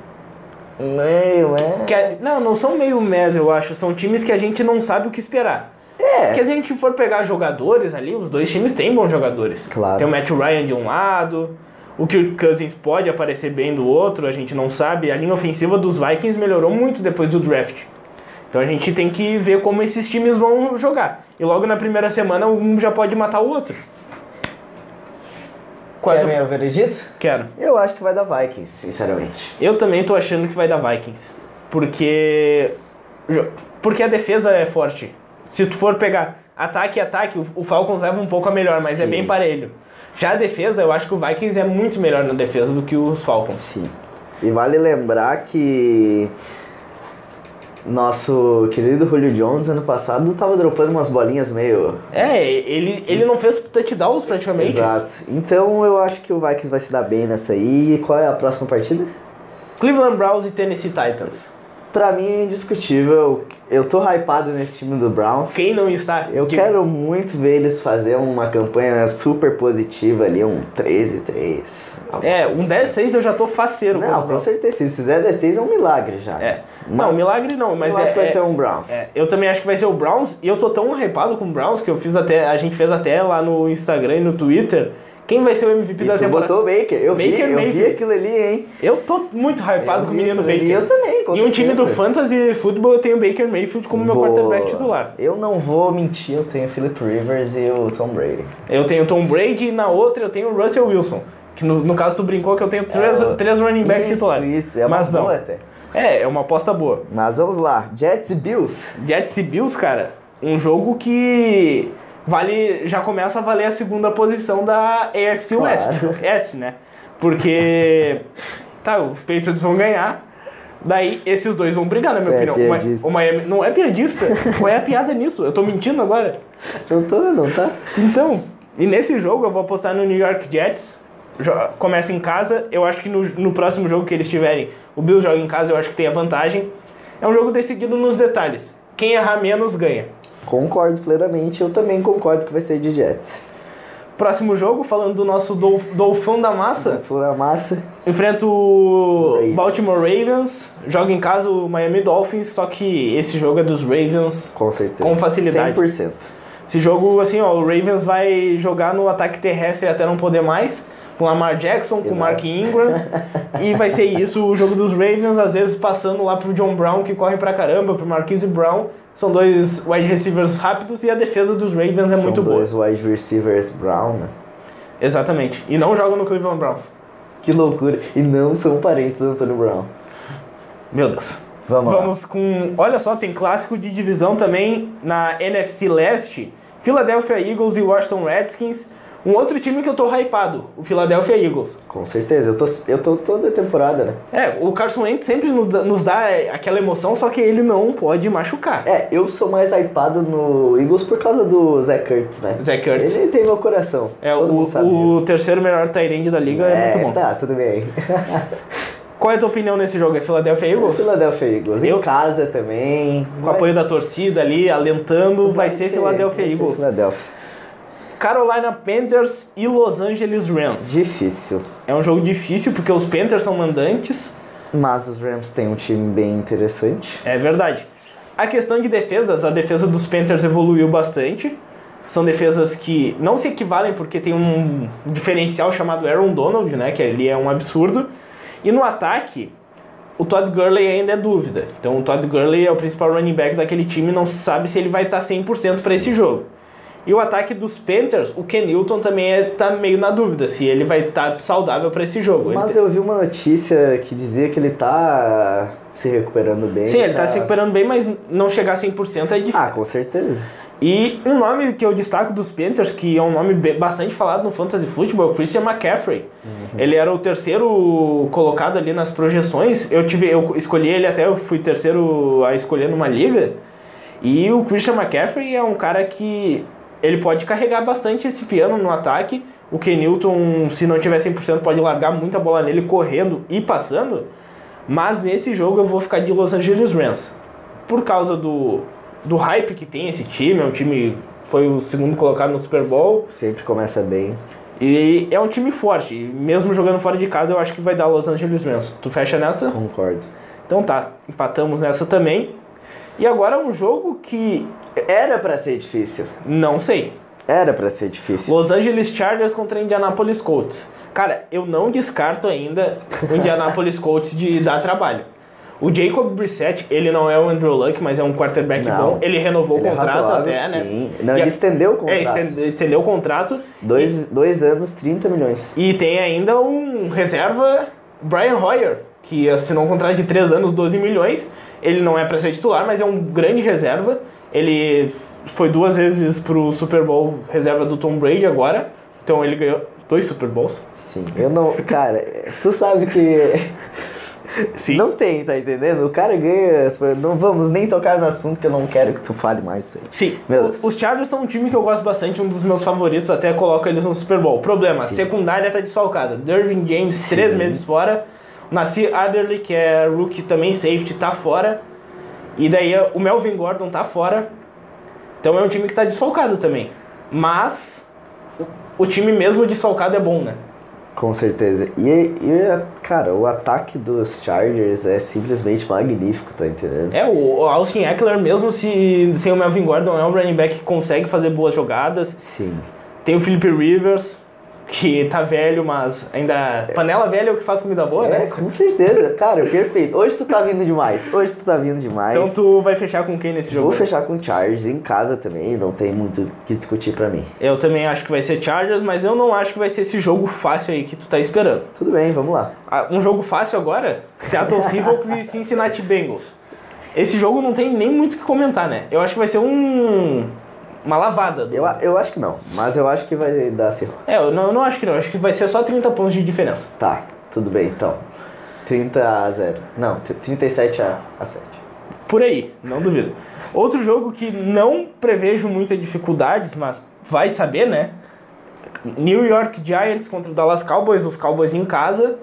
[SPEAKER 2] meio, né?
[SPEAKER 1] Que- não, não são meio mes, eu acho. São times que a gente não sabe o que esperar.
[SPEAKER 2] É.
[SPEAKER 1] Porque se a gente for pegar jogadores ali, os dois times têm bons jogadores.
[SPEAKER 2] Claro.
[SPEAKER 1] Tem o Matt Ryan de um lado, o Kirk Cousins pode aparecer bem do outro, a gente não sabe. A linha ofensiva dos Vikings melhorou muito depois do draft. Então a gente tem que ver como esses times vão jogar. E logo na primeira semana, um já pode matar o outro. Qual é
[SPEAKER 2] Quer
[SPEAKER 1] a tua-
[SPEAKER 2] meu veredito?
[SPEAKER 1] Quero.
[SPEAKER 2] Eu acho que vai dar Vikings, sinceramente.
[SPEAKER 1] Eu também tô achando que vai dar Vikings. Porque. jo- Porque a defesa é forte. Se tu for pegar ataque e ataque, o- o Falcons leva um pouco a melhor, mas é
[SPEAKER 2] Sim.
[SPEAKER 1] bem parelho. Já a defesa, eu acho que o Vikings é muito melhor na defesa do que os Falcons.
[SPEAKER 2] Sim. E vale lembrar que nosso querido Julio Jones ano passado tava dropando umas bolinhas meio.
[SPEAKER 1] É, ele, ele não fez touchdowns praticamente.
[SPEAKER 2] Exato. Então eu acho que o Vikings vai se dar bem nessa aí. E qual é a próxima partida?
[SPEAKER 1] Cleveland Browns e Tennessee Titans.
[SPEAKER 2] Pra mim é indiscutível. Eu tô hypado nesse time do Browns.
[SPEAKER 1] Quem não está?
[SPEAKER 2] Eu
[SPEAKER 1] que-
[SPEAKER 2] quero muito ver eles fazer uma campanha super positiva ali, um 13-3.
[SPEAKER 1] É, um 10-6 eu já tô faceiro.
[SPEAKER 2] assim. Não, com certeza. Se eles fizer 16 é um milagre já.
[SPEAKER 1] É. Não, milagre não, mas
[SPEAKER 2] eu
[SPEAKER 1] é,
[SPEAKER 2] acho que vai
[SPEAKER 1] é-
[SPEAKER 2] ser um Browns.
[SPEAKER 1] é, eu também acho que vai ser o Browns e eu tô tão hypado com o Browns que eu fiz até, a gente fez até lá no Instagram e no Twitter, quem vai ser o MVP
[SPEAKER 2] E
[SPEAKER 1] da
[SPEAKER 2] tu
[SPEAKER 1] temporada?
[SPEAKER 2] botou o Baker. Eu vi,
[SPEAKER 1] Baker
[SPEAKER 2] eu vi
[SPEAKER 1] Mayfield.
[SPEAKER 2] aquilo ali, hein?
[SPEAKER 1] Eu tô muito hypado
[SPEAKER 2] Eu
[SPEAKER 1] com o
[SPEAKER 2] vi
[SPEAKER 1] menino
[SPEAKER 2] aquilo
[SPEAKER 1] Baker.
[SPEAKER 2] ali, Eu também, com
[SPEAKER 1] E um time do
[SPEAKER 2] certeza.
[SPEAKER 1] Fantasy Football eu tenho o Baker Mayfield como meu
[SPEAKER 2] Boa.
[SPEAKER 1] quarterback titular.
[SPEAKER 2] Eu não vou mentir, eu tenho o Philip Rivers e o Tom Brady.
[SPEAKER 1] Eu tenho o Tom Brady e na outra eu tenho o Russell Wilson. Que no, no caso tu brincou que eu tenho três,
[SPEAKER 2] É,
[SPEAKER 1] três running backs
[SPEAKER 2] isso,
[SPEAKER 1] titulares.
[SPEAKER 2] Isso, é uma
[SPEAKER 1] Mas não.
[SPEAKER 2] boa até.
[SPEAKER 1] É, é uma aposta boa.
[SPEAKER 2] Mas vamos lá, Jets e Bills.
[SPEAKER 1] Jets e Bills, cara, um jogo que vale, já começa a valer a segunda posição da AFC
[SPEAKER 2] Claro.
[SPEAKER 1] West, S, né? Porque tá, os Patriots vão ganhar. Daí esses dois vão brigar, na minha
[SPEAKER 2] Tu é
[SPEAKER 1] opinião. O Mi-
[SPEAKER 2] piadista.
[SPEAKER 1] O Miami não é piadista. Qual é a piada nisso? Eu tô mentindo agora.
[SPEAKER 2] Não tô, não tá?
[SPEAKER 1] Então, e nesse jogo eu vou apostar no New York Jets. Jo- Começa em casa. Eu acho que no, no próximo jogo que eles tiverem, o Bills joga em casa, eu acho que tem a vantagem. É um jogo decidido nos detalhes. Quem errar menos ganha.
[SPEAKER 2] Concordo plenamente, eu também concordo que vai ser de Jets.
[SPEAKER 1] Próximo jogo, falando do nosso dol- Dolfão da Massa,
[SPEAKER 2] Full na massa.
[SPEAKER 1] enfrenta o
[SPEAKER 2] Ravens.
[SPEAKER 1] Baltimore Ravens, joga em casa o Miami Dolphins, só que esse jogo é dos Ravens.
[SPEAKER 2] Com certeza.
[SPEAKER 1] Com facilidade.
[SPEAKER 2] 100%.
[SPEAKER 1] Esse jogo, assim, ó, o Ravens vai jogar no ataque terrestre até não poder mais, com Lamar Jackson, com
[SPEAKER 2] Exato.
[SPEAKER 1] Mark Ingram, e vai ser isso o jogo dos Ravens, às vezes passando lá pro John Brown, que corre pra caramba, pro Marquise Brown, são dois wide receivers rápidos e a defesa dos Ravens é
[SPEAKER 2] São
[SPEAKER 1] muito boa.
[SPEAKER 2] dois wide receivers Brown, né?
[SPEAKER 1] Exatamente. E não jogam no Cleveland Browns.
[SPEAKER 2] Que loucura. E não são parentes do Antônio Brown.
[SPEAKER 1] Meu Deus.
[SPEAKER 2] Vamos, lá.
[SPEAKER 1] Vamos com. Olha só, tem clássico de divisão também na NFC Leste: Philadelphia Eagles e Washington Redskins. Um outro time que eu tô hypado, o Philadelphia Eagles.
[SPEAKER 2] Com certeza. Eu tô, eu tô toda temporada, né?
[SPEAKER 1] É, o Carson Wentz sempre nos dá, nos dá é, aquela emoção, só que ele não pode machucar.
[SPEAKER 2] É, eu sou mais hypado no Eagles por causa do Zach Kurtz, né?
[SPEAKER 1] Zach Ertz.
[SPEAKER 2] Ele tem meu coração.
[SPEAKER 1] É,
[SPEAKER 2] Todo
[SPEAKER 1] o,
[SPEAKER 2] mundo sabe
[SPEAKER 1] o
[SPEAKER 2] disso.
[SPEAKER 1] terceiro melhor end da liga é, muito bom.
[SPEAKER 2] Tá, tudo bem.
[SPEAKER 1] Qual é a tua opinião nesse jogo? É Philadelphia Eagles?
[SPEAKER 2] Philadelphia Eagles.
[SPEAKER 1] Eu-
[SPEAKER 2] Em casa também.
[SPEAKER 1] Com o apoio da torcida ali, alentando, vai, ser, Philadelphia
[SPEAKER 2] vai ser
[SPEAKER 1] Eagles.
[SPEAKER 2] Philadelphia.
[SPEAKER 1] Carolina Panthers e Los Angeles Rams.
[SPEAKER 2] Difícil.
[SPEAKER 1] É um jogo difícil porque os Panthers são mandantes.
[SPEAKER 2] Mas os Rams têm um time bem interessante.
[SPEAKER 1] É verdade. A questão de defesas, a defesa dos Panthers evoluiu bastante. São defesas que não se equivalem porque tem um diferencial chamado Aaron Donald, né? Que ali é um absurdo. E no ataque, o Todd Gurley ainda é dúvida. Então o Todd Gurley é o principal running back daquele time, não se sabe se ele vai tá estar 100% para esse jogo. E o ataque dos Panthers, o Ken Newton também é, tá meio na dúvida se ele vai estar saudável para esse jogo. Ele tá
[SPEAKER 2] Mas eu vi uma notícia que dizia que ele tá se recuperando bem.
[SPEAKER 1] Sim, ele tá se recuperando bem, mas não chegar a 100% é difícil.
[SPEAKER 2] Ah, com certeza.
[SPEAKER 1] E um nome que eu destaco dos Panthers, que é um nome be- bastante falado no fantasy futebol, é o Christian McCaffrey. Ele era o terceiro colocado ali nas projeções. Eu tive, eu escolhi ele até, eu fui terceiro a escolher numa liga. E o Christian McCaffrey é um cara que ele pode carregar bastante esse piano no ataque. O Kenilton, se não tiver 100%, pode largar muita bola nele correndo e passando. Mas nesse jogo eu vou ficar de Los Angeles Rams. Por causa do, do hype que tem esse time, é um time foi o segundo colocado no Super Bowl
[SPEAKER 2] Sempre começa bem.
[SPEAKER 1] e é um time forte. E mesmo jogando fora de casa, eu acho que vai dar Los Angeles Rams. Tu fecha nessa?
[SPEAKER 2] Concordo.
[SPEAKER 1] Então tá, empatamos nessa também. E agora um jogo que
[SPEAKER 2] Era pra ser difícil.
[SPEAKER 1] não sei.
[SPEAKER 2] Era pra ser difícil.
[SPEAKER 1] Los Angeles Chargers contra Indianapolis Colts. Cara, eu não descarto ainda o Indianapolis Colts de dar trabalho. O Jacob Brissett, ele não é o Andrew Luck, mas é um quarterback
[SPEAKER 2] Não.
[SPEAKER 1] bom. Ele renovou
[SPEAKER 2] Ele é
[SPEAKER 1] o contrato
[SPEAKER 2] razoável,
[SPEAKER 1] até, né?
[SPEAKER 2] sim. Não,
[SPEAKER 1] E
[SPEAKER 2] ele
[SPEAKER 1] a-
[SPEAKER 2] estendeu o
[SPEAKER 1] É,
[SPEAKER 2] contrato.
[SPEAKER 1] estende- estendeu o contrato.
[SPEAKER 2] Dois, dois anos, 30 milhões.
[SPEAKER 1] E tem ainda um reserva, Brian Hoyer, que assinou um contrato de 3 anos, 12 milhões. Ele não é para ser titular, mas é um grande reserva. Ele foi duas vezes pro Super Bowl reserva do Tom Brady agora. Então ele ganhou dois Super Bowls.
[SPEAKER 2] Sim. Eu não. Cara, tu sabe que.
[SPEAKER 1] Sim.
[SPEAKER 2] Não tem, tá entendendo? O cara ganha. Não vamos nem tocar no assunto que eu não quero que tu fale mais isso aí.
[SPEAKER 1] Sim.
[SPEAKER 2] Meu
[SPEAKER 1] O-
[SPEAKER 2] Deus.
[SPEAKER 1] Os Chargers são um time que eu gosto bastante, um dos meus favoritos, até coloco eles no Super Bowl. Problema, a
[SPEAKER 2] Sim.
[SPEAKER 1] secundária tá desfalcada. Dervin James, três meses fora. O Nasir Adderley, que é rookie também, safety, tá fora. E daí o Melvin Gordon tá fora. Então é um time que tá desfalcado também. Mas o- o time mesmo desfalcado é bom, né?
[SPEAKER 2] Com certeza. E, e, cara, o ataque dos Chargers é simplesmente magnífico, tá entendendo?
[SPEAKER 1] É, o o Austin Eckler mesmo se, sem o Melvin Gordon é um running back que consegue fazer boas jogadas.
[SPEAKER 2] Sim.
[SPEAKER 1] Tem o Felipe Rivers, que tá velho, mas ainda... Panela velha é o que faz comida boa,
[SPEAKER 2] É,
[SPEAKER 1] né?
[SPEAKER 2] com certeza. Cara, perfeito. Hoje tu tá vindo demais. Hoje tu tá vindo demais.
[SPEAKER 1] Então tu vai fechar com quem nesse jogo?
[SPEAKER 2] Vou fechar com o Chargers em casa também, não tem muito o que discutir pra mim.
[SPEAKER 1] Eu também acho que vai ser Chargers, mas eu não acho que vai ser esse jogo fácil aí que tu tá esperando.
[SPEAKER 2] Tudo bem, vamos lá.
[SPEAKER 1] Ah, Um jogo fácil agora? Seattle Seahawks e Cincinnati Bengals. Esse jogo não tem nem muito o que comentar, né? Eu acho que vai ser um... Uma lavada. Do...
[SPEAKER 2] Eu, a- eu acho que não, mas eu acho que vai dar assim. Seahawks.
[SPEAKER 1] É, eu não, eu não acho que não. Eu acho que vai ser só 30 pontos de diferença.
[SPEAKER 2] Tá, tudo bem então. 30 a 0. Não, t- 37 a, a 7.
[SPEAKER 1] Por aí, não duvido. Outro jogo que não prevejo muitas dificuldades, mas vai saber, né? New York Giants contra o Dallas Cowboys, os Cowboys em casa.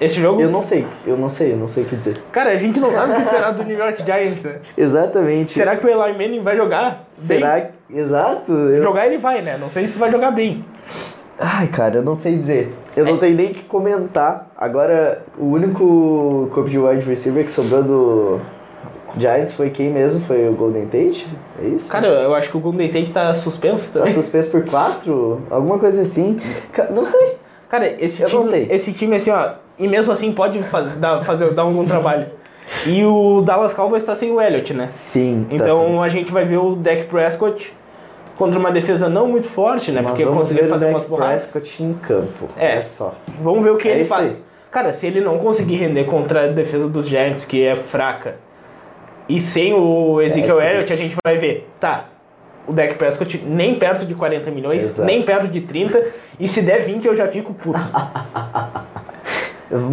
[SPEAKER 1] Esse jogo.
[SPEAKER 2] Eu não sei, eu não sei, eu não sei o que dizer.
[SPEAKER 1] Cara, a gente não sabe o que esperar do New York Giants, né?
[SPEAKER 2] Exatamente.
[SPEAKER 1] Será que o Eli Manning vai jogar?
[SPEAKER 2] Será
[SPEAKER 1] Bem?
[SPEAKER 2] que. Exato. eu-
[SPEAKER 1] Jogar ele vai, né? Não sei se vai jogar bem.
[SPEAKER 2] Ai, cara, eu não sei dizer. Eu
[SPEAKER 1] É.
[SPEAKER 2] não tenho nem o que comentar. Agora, o único corpo de wide receiver que sobrou do Giants foi quem mesmo? Foi o Golden Tate? É isso?
[SPEAKER 1] Cara, eu acho que o Golden Tate tá suspenso
[SPEAKER 2] Tá
[SPEAKER 1] também.
[SPEAKER 2] suspenso por quatro? Alguma coisa assim. Ca- Não sei.
[SPEAKER 1] Cara, esse
[SPEAKER 2] Eu
[SPEAKER 1] time,
[SPEAKER 2] não sei.
[SPEAKER 1] esse time assim, ó, e mesmo assim pode faz, dar, fazer, dar algum trabalho. E o Dallas Cowboys tá sem o Elliott, né?
[SPEAKER 2] Sim. tá
[SPEAKER 1] Então a gente vai ver o Dak Prescott contra uma defesa não muito forte, né?
[SPEAKER 2] sim. Nós
[SPEAKER 1] Porque
[SPEAKER 2] vamos
[SPEAKER 1] conseguiu
[SPEAKER 2] ver o
[SPEAKER 1] fazer
[SPEAKER 2] Dak
[SPEAKER 1] umas borradas.
[SPEAKER 2] Prescott em campo.
[SPEAKER 1] É.
[SPEAKER 2] É. só.
[SPEAKER 1] Vamos ver o que
[SPEAKER 2] É
[SPEAKER 1] ele
[SPEAKER 2] isso
[SPEAKER 1] faz.
[SPEAKER 2] aí.
[SPEAKER 1] Cara, se ele não conseguir render contra a defesa dos Giants, que é fraca, e sem o Ezekiel
[SPEAKER 2] É, é
[SPEAKER 1] Elliott,
[SPEAKER 2] triste.
[SPEAKER 1] a gente vai ver, tá, o Dak Prescott nem perto de 40 milhões,
[SPEAKER 2] Exato.
[SPEAKER 1] nem perto de 30, e se der 20 eu já fico puto.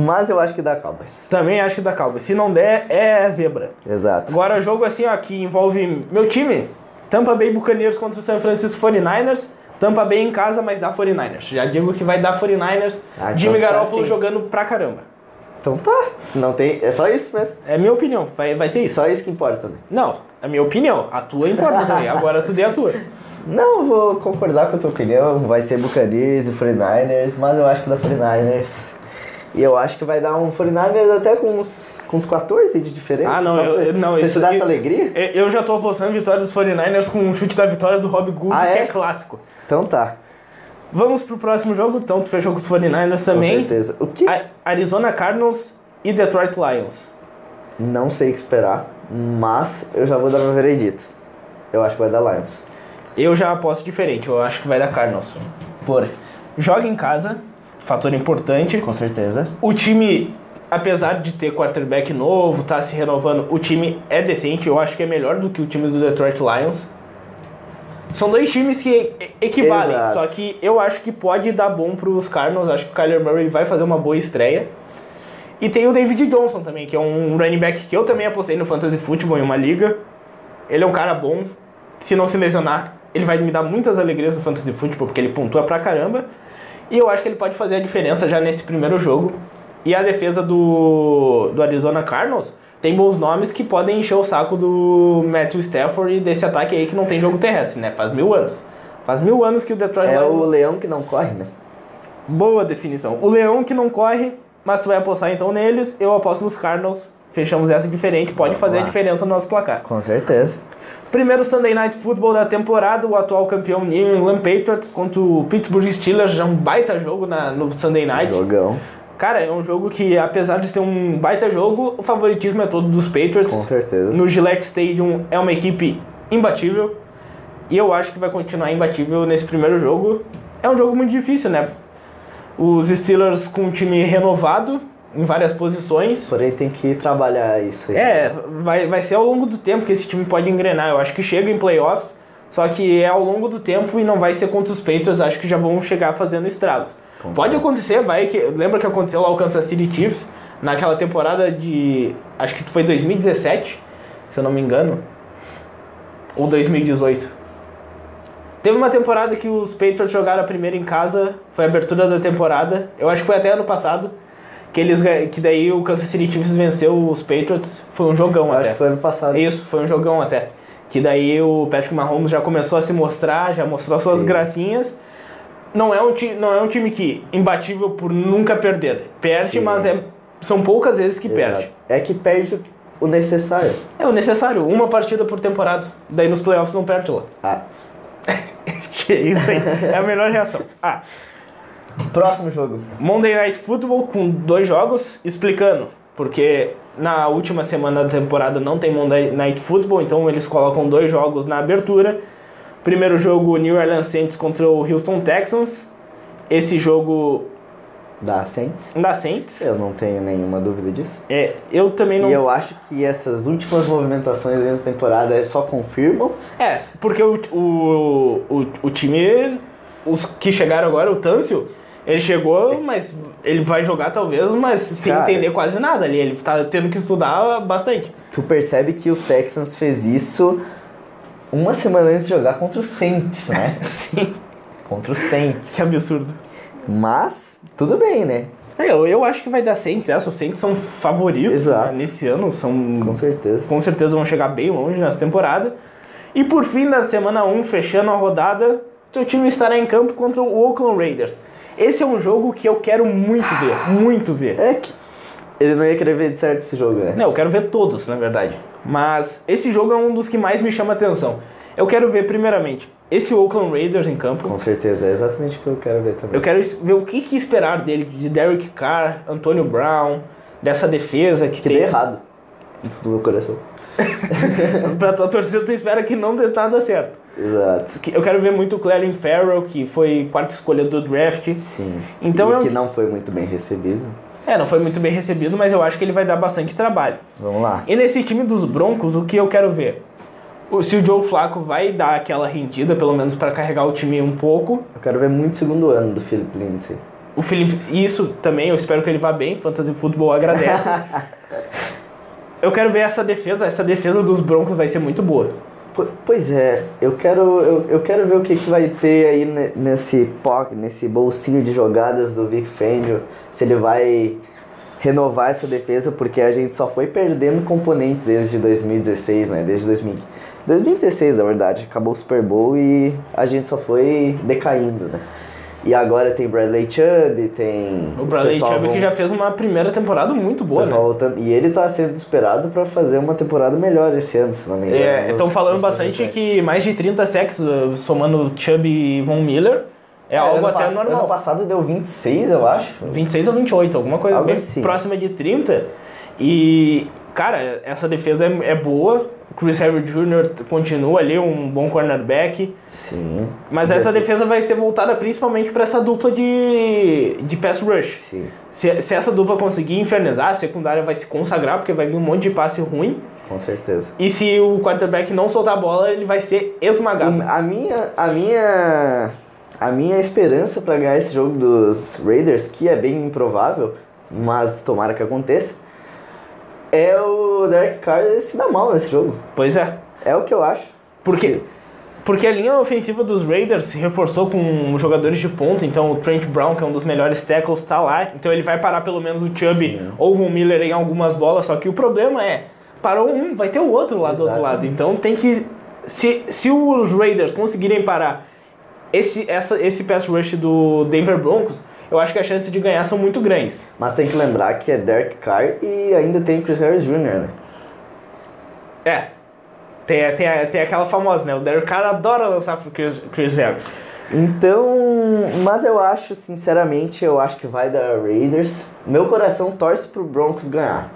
[SPEAKER 2] Mas eu acho que dá Cowboys.
[SPEAKER 1] Também acho que dá calma. Se não der, é zebra.
[SPEAKER 2] Exato.
[SPEAKER 1] Agora, jogo assim, ó, que envolve meu time. Tampa Bay Buccaneers contra o San Francisco 49ers. Tampa Bay em casa, mas dá 49ers. Já digo que vai dar 49ers.
[SPEAKER 2] Ah, então
[SPEAKER 1] Jimmy
[SPEAKER 2] tá
[SPEAKER 1] Garoppolo
[SPEAKER 2] assim.
[SPEAKER 1] jogando pra caramba.
[SPEAKER 2] Então tá. Não tem. É só isso mesmo.
[SPEAKER 1] É minha opinião, vai, vai ser
[SPEAKER 2] É
[SPEAKER 1] isso.
[SPEAKER 2] só isso que importa, né?
[SPEAKER 1] Não, a minha opinião. A tua importa também. Agora tu dê a tua.
[SPEAKER 2] Não, eu vou concordar com a tua opinião. Vai ser Buccaneers e 49ers, mas eu acho que dá 49ers. E eu acho que vai dar um 49ers até com uns, com uns 14 de diferença.
[SPEAKER 1] Ah, não,
[SPEAKER 2] só
[SPEAKER 1] eu-
[SPEAKER 2] pra-
[SPEAKER 1] eu- não,
[SPEAKER 2] pra
[SPEAKER 1] isso
[SPEAKER 2] te dar
[SPEAKER 1] aqui-
[SPEAKER 2] essa alegria?
[SPEAKER 1] E- É, Eu já tô apostando vitória dos 49ers com um chute da vitória do Rob Gould,
[SPEAKER 2] Ah, é?
[SPEAKER 1] que é clássico.
[SPEAKER 2] Então tá,
[SPEAKER 1] Vamos pro próximo jogo, então tu fechou com os 49ers
[SPEAKER 2] com
[SPEAKER 1] também.
[SPEAKER 2] certeza. O que?
[SPEAKER 1] A- Arizona Cardinals e Detroit Lions.
[SPEAKER 2] Não sei o que esperar, mas eu já vou dar meu veredito. Eu acho que vai dar Lions.
[SPEAKER 1] Eu já aposto diferente, eu acho que vai dar Cardinals.
[SPEAKER 2] Por.
[SPEAKER 1] Joga em casa, fator importante.
[SPEAKER 2] Com certeza.
[SPEAKER 1] O time, apesar de ter quarterback novo, tá se renovando, o time é decente, eu acho que é melhor do que o time do Detroit Lions. São dois times que e- equivalem,
[SPEAKER 2] Exato.
[SPEAKER 1] só que eu acho que pode dar bom pros Cardinals, acho que o Kyler Murray vai fazer uma boa estreia. E tem o David Johnson também, que é um running back que eu também apostei no Fantasy Football em uma liga. Ele é um cara bom, se não se lesionar, ele vai me dar muitas alegrias no Fantasy Football, porque ele pontua pra caramba. E eu acho que ele pode fazer a diferença já nesse primeiro jogo. E a defesa do, do Arizona Cardinals tem bons nomes que podem encher o saco do Matthew Stafford e desse ataque aí que não tem jogo terrestre, né? Faz mil anos. Faz mil anos que o Detroit
[SPEAKER 2] É
[SPEAKER 1] Lions-
[SPEAKER 2] o leão que não corre, né?
[SPEAKER 1] Boa definição. O leão que não corre, mas tu vai apostar então neles, eu aposto nos Cardinals. Fechamos essa diferente, pode
[SPEAKER 2] Vamos
[SPEAKER 1] fazer a
[SPEAKER 2] lá.
[SPEAKER 1] diferença no nosso placar.
[SPEAKER 2] Com certeza.
[SPEAKER 1] Primeiro Sunday Night Football da temporada, o atual campeão New England Patriots contra o Pittsburgh Steelers, já um baita jogo na, no Sunday Night.
[SPEAKER 2] Jogão.
[SPEAKER 1] Cara, é um jogo que, apesar de ser um baita jogo, o favoritismo é todo dos Patriots.
[SPEAKER 2] Com certeza.
[SPEAKER 1] No Gillette Stadium é uma equipe imbatível. E eu acho que vai continuar imbatível nesse primeiro jogo. É um jogo muito difícil, né? Os Steelers com um time renovado em várias posições.
[SPEAKER 2] Porém tem que trabalhar isso aí.
[SPEAKER 1] É, vai, vai ser ao longo do tempo que esse time pode engrenar. Eu acho que chega em playoffs, só que é ao longo do tempo e não vai ser contra os Patriots. Acho que já vão chegar fazendo estragos.
[SPEAKER 2] Concordo.
[SPEAKER 1] Pode acontecer, vai que. Lembra que aconteceu lá o Kansas City Chiefs naquela temporada de. Acho que foi 2017, se eu não me engano. Ou 2018. Teve uma temporada que os Patriots jogaram a primeira em casa, foi a abertura da temporada, eu acho que foi até ano passado, Que, eles, ga- que daí o Kansas City Chiefs venceu os Patriots, foi um jogão
[SPEAKER 2] Eu
[SPEAKER 1] até.
[SPEAKER 2] acho que foi ano passado.
[SPEAKER 1] Isso, foi um jogão até. Que daí o Patrick Mahomes já começou a se mostrar, já mostrou suas
[SPEAKER 2] Sim.
[SPEAKER 1] gracinhas. Não é, um ti, não é um time que imbatível por nunca perder. Perde,
[SPEAKER 2] Sim.
[SPEAKER 1] mas é, são poucas vezes que perde.
[SPEAKER 2] Exato. É que perde o- o necessário.
[SPEAKER 1] É o necessário, uma partida por temporada. Daí nos playoffs não perde lá.
[SPEAKER 2] Ah,
[SPEAKER 1] Que isso aí, é a melhor reação. Ah,
[SPEAKER 2] próximo jogo.
[SPEAKER 1] Monday Night Football com dois jogos, explicando. Porque na última semana da temporada não tem Monday Night Football, então eles colocam dois jogos na abertura. Primeiro jogo, New Orleans Saints contra o Houston Texans. Esse jogo
[SPEAKER 2] Da Saints.
[SPEAKER 1] da Saints.
[SPEAKER 2] Eu não tenho nenhuma dúvida disso.
[SPEAKER 1] É, eu também não...
[SPEAKER 2] E eu acho que essas últimas movimentações dentro da temporada só confirmam.
[SPEAKER 1] É, porque o, o, o, o time, os que chegaram agora, o Tâncio, ele chegou, mas ele vai jogar talvez, mas sem
[SPEAKER 2] Cara.
[SPEAKER 1] entender quase nada ali. Ele tá tendo que estudar bastante.
[SPEAKER 2] Tu percebe que o Texans fez isso uma semana antes de jogar contra o Saints, né?
[SPEAKER 1] Sim,
[SPEAKER 2] contra o Saints.
[SPEAKER 1] Assim, que absurdo.
[SPEAKER 2] Mas, tudo bem, né?
[SPEAKER 1] É, eu, eu acho que vai dar Saints. Essa, os Saints são favoritos
[SPEAKER 2] Exato.
[SPEAKER 1] né, nesse ano. São,
[SPEAKER 2] Com certeza.
[SPEAKER 1] com certeza vão chegar bem longe nessa temporada. E por fim da semana 1, fechando a rodada, seu time estará em campo contra o Oakland Raiders. Esse é um jogo que eu quero muito ver, muito ver.
[SPEAKER 2] É que ele não ia querer ver de certo esse jogo, né?
[SPEAKER 1] Não, eu quero ver todos, na verdade. Mas esse jogo é um dos que mais me chama atenção. Eu quero ver, primeiramente, esse Oakland Raiders em campo.
[SPEAKER 2] Com certeza, é exatamente o que eu quero ver também.
[SPEAKER 1] Eu quero es- ver o que, que esperar dele, de Derek Carr, Antonio Brown, dessa defesa que,
[SPEAKER 2] Que
[SPEAKER 1] tem.
[SPEAKER 2] deu errado. Do meu coração.
[SPEAKER 1] pra tua torcida, tu espera que não dê nada certo.
[SPEAKER 2] Exato.
[SPEAKER 1] Que- Eu quero ver muito o Clarence Farrell, que foi quarta escolha do draft.
[SPEAKER 2] Sim.
[SPEAKER 1] Então
[SPEAKER 2] e
[SPEAKER 1] eu-
[SPEAKER 2] que não foi muito bem recebido.
[SPEAKER 1] É, não foi muito bem recebido, mas eu acho que ele vai dar bastante trabalho.
[SPEAKER 2] Vamos lá.
[SPEAKER 1] E nesse time dos Broncos, o que eu quero ver? O- Se o Joe Flacco vai dar aquela rendida, pelo menos pra carregar o time um pouco.
[SPEAKER 2] Eu quero ver muito o segundo ano do Philip Lindsay.
[SPEAKER 1] O Felipe, isso também, eu espero que ele vá bem. Fantasy Football agradece. eu quero ver essa defesa. Essa defesa dos Broncos vai ser muito boa.
[SPEAKER 2] Po- Pois é, eu quero, eu, eu quero ver o que, que vai ter aí ne- nesse POC, nesse bolsinho de jogadas do Vic Fangio, se ele vai renovar essa defesa, porque a gente só foi perdendo componentes desde 2016, né? Desde 2000, 2016, na verdade, acabou o Super Bowl e a gente só foi decaindo, né? E agora tem Bradley Chubb, tem.
[SPEAKER 1] O Bradley
[SPEAKER 2] pessoal
[SPEAKER 1] Chubb
[SPEAKER 2] vão-
[SPEAKER 1] que já fez uma primeira temporada muito boa, né?
[SPEAKER 2] pessoal voltando. E ele tá sendo esperado pra fazer uma temporada melhor esse ano, se não me engano.
[SPEAKER 1] É,
[SPEAKER 2] nos-
[SPEAKER 1] estão falando
[SPEAKER 2] nos
[SPEAKER 1] bastante
[SPEAKER 2] projeções.
[SPEAKER 1] que mais de 30 sacks, uh, somando Chubb e Von Miller, é, algo
[SPEAKER 2] ano
[SPEAKER 1] até
[SPEAKER 2] pass- Ano
[SPEAKER 1] normal.
[SPEAKER 2] passado deu 26, eu acho.
[SPEAKER 1] 26 ou 28, alguma coisa
[SPEAKER 2] Algo
[SPEAKER 1] bem
[SPEAKER 2] assim.
[SPEAKER 1] próxima de 30. E, cara, essa defesa é, é boa. Chris Harry Jr. continua ali, um bom cornerback.
[SPEAKER 2] Sim.
[SPEAKER 1] Mas essa defesa vai ser voltada principalmente para essa dupla de, de pass rush.
[SPEAKER 2] Sim,
[SPEAKER 1] Se, se essa dupla conseguir infernizar, a secundária vai se consagrar, porque vai vir um monte de passe ruim.
[SPEAKER 2] com certeza.
[SPEAKER 1] E se o quarterback não soltar a bola, ele vai ser esmagado.
[SPEAKER 2] O- a minha. A minha. A minha esperança pra ganhar esse jogo dos Raiders, que é bem improvável, mas tomara que aconteça, é o Derek Carr se dar mal nesse jogo.
[SPEAKER 1] Pois é.
[SPEAKER 2] É o que eu acho.
[SPEAKER 1] Porque,
[SPEAKER 2] Sim.
[SPEAKER 1] porque a linha ofensiva dos Raiders se reforçou com jogadores de ponta, então o Trent Brown, que é um dos melhores tackles, tá lá. Então ele vai parar pelo menos o Chubb
[SPEAKER 2] Sim. né?
[SPEAKER 1] ou o Von Miller em algumas bolas, só que o problema é, parou um, vai ter o outro lá do outro lado.
[SPEAKER 2] Exatamente.
[SPEAKER 1] Então tem que... Se, se os Raiders conseguirem parar esse, essa, esse pass rush do Denver Broncos, eu acho que as chances de ganhar são muito grandes.
[SPEAKER 2] Mas tem que lembrar que é Derek Carr e ainda tem Chris Harris Jr., né?
[SPEAKER 1] É. Tem, tem, tem aquela famosa, né? O Derek Carr adora lançar pro Chris, Chris Harris.
[SPEAKER 2] Então, mas eu acho, sinceramente, eu acho que vai dar Raiders. Meu coração torce pro Broncos ganhar.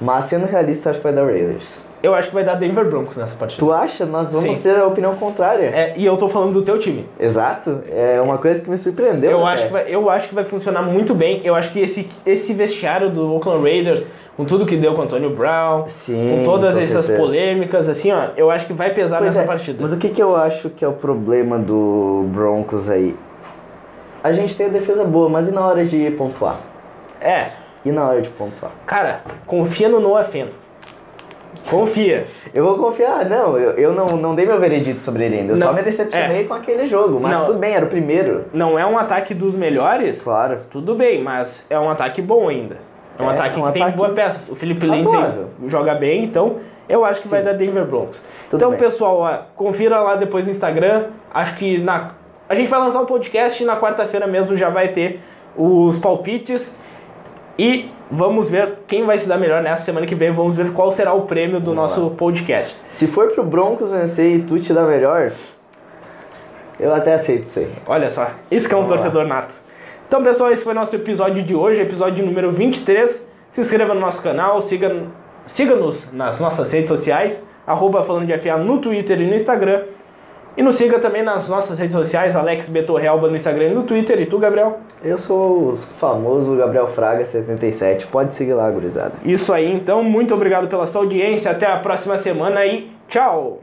[SPEAKER 2] Mas sendo realista, eu acho que vai dar Raiders.
[SPEAKER 1] Eu acho que vai dar Denver Broncos nessa partida.
[SPEAKER 2] Tu acha? Nós vamos
[SPEAKER 1] Sim.
[SPEAKER 2] ter a opinião contrária.
[SPEAKER 1] É, e eu tô falando do teu time.
[SPEAKER 2] Exato. É uma coisa que me surpreendeu. né?
[SPEAKER 1] Eu
[SPEAKER 2] até.
[SPEAKER 1] acho, que vai, eu acho que vai funcionar muito bem. Eu acho que esse, esse vestiário do Oakland Raiders, com tudo que deu com o Antonio Brown,
[SPEAKER 2] Sim,
[SPEAKER 1] com todas
[SPEAKER 2] com
[SPEAKER 1] essas
[SPEAKER 2] certeza.
[SPEAKER 1] polêmicas, assim, ó, eu acho que vai pesar
[SPEAKER 2] Pois
[SPEAKER 1] nessa
[SPEAKER 2] é,
[SPEAKER 1] partida.
[SPEAKER 2] Mas o que, que eu acho que é o problema do Broncos aí? A gente tem a defesa boa, mas e na hora de pontuar?
[SPEAKER 1] É,
[SPEAKER 2] E na hora de pontuar?
[SPEAKER 1] cara, confia no Noah Fenn. Confia.
[SPEAKER 2] Eu vou confiar, não, eu, eu não, não dei meu veredito sobre ele ainda. Eu
[SPEAKER 1] Não, É.
[SPEAKER 2] só me decepcionei com aquele jogo, mas
[SPEAKER 1] Não.
[SPEAKER 2] tudo bem, era o primeiro.
[SPEAKER 1] Não é um ataque dos melhores,
[SPEAKER 2] Claro.
[SPEAKER 1] tudo bem, mas é um ataque bom ainda. É um
[SPEAKER 2] É,
[SPEAKER 1] ataque
[SPEAKER 2] um
[SPEAKER 1] que tem
[SPEAKER 2] ataque
[SPEAKER 1] boa peça. O Felipe Lindsay
[SPEAKER 2] razoável.
[SPEAKER 1] joga bem, então eu acho que vai dar Denver Broncos.
[SPEAKER 2] Tudo
[SPEAKER 1] então,
[SPEAKER 2] bem.
[SPEAKER 1] pessoal, ó, confira lá depois no Instagram. Acho que na a gente vai lançar o podcast e na quarta-feira mesmo já vai ter os palpites. E vamos ver quem vai se dar melhor nessa semana que vem. Vamos ver qual será o prêmio do
[SPEAKER 2] Vamos
[SPEAKER 1] nosso podcast.
[SPEAKER 2] Se for pro Broncos vencer e tu te dá melhor, eu até aceito isso aí.
[SPEAKER 1] Olha só, isso que é um
[SPEAKER 2] Vamos lá.
[SPEAKER 1] torcedor nato. Então, pessoal, esse foi nosso episódio de hoje, episódio número 23. Se inscreva no nosso canal, siga- siga-nos nas nossas redes sociais, arroba falando de FA no Twitter e no Instagram. E nos siga também nas nossas redes sociais, Alex Betorrealba no Instagram e no Twitter. E tu, Gabriel?
[SPEAKER 2] Eu sou o famoso Gabriel Fraga 77, pode seguir lá, gurizada.
[SPEAKER 1] Isso aí, então, muito obrigado pela sua audiência. Até a próxima semana e tchau!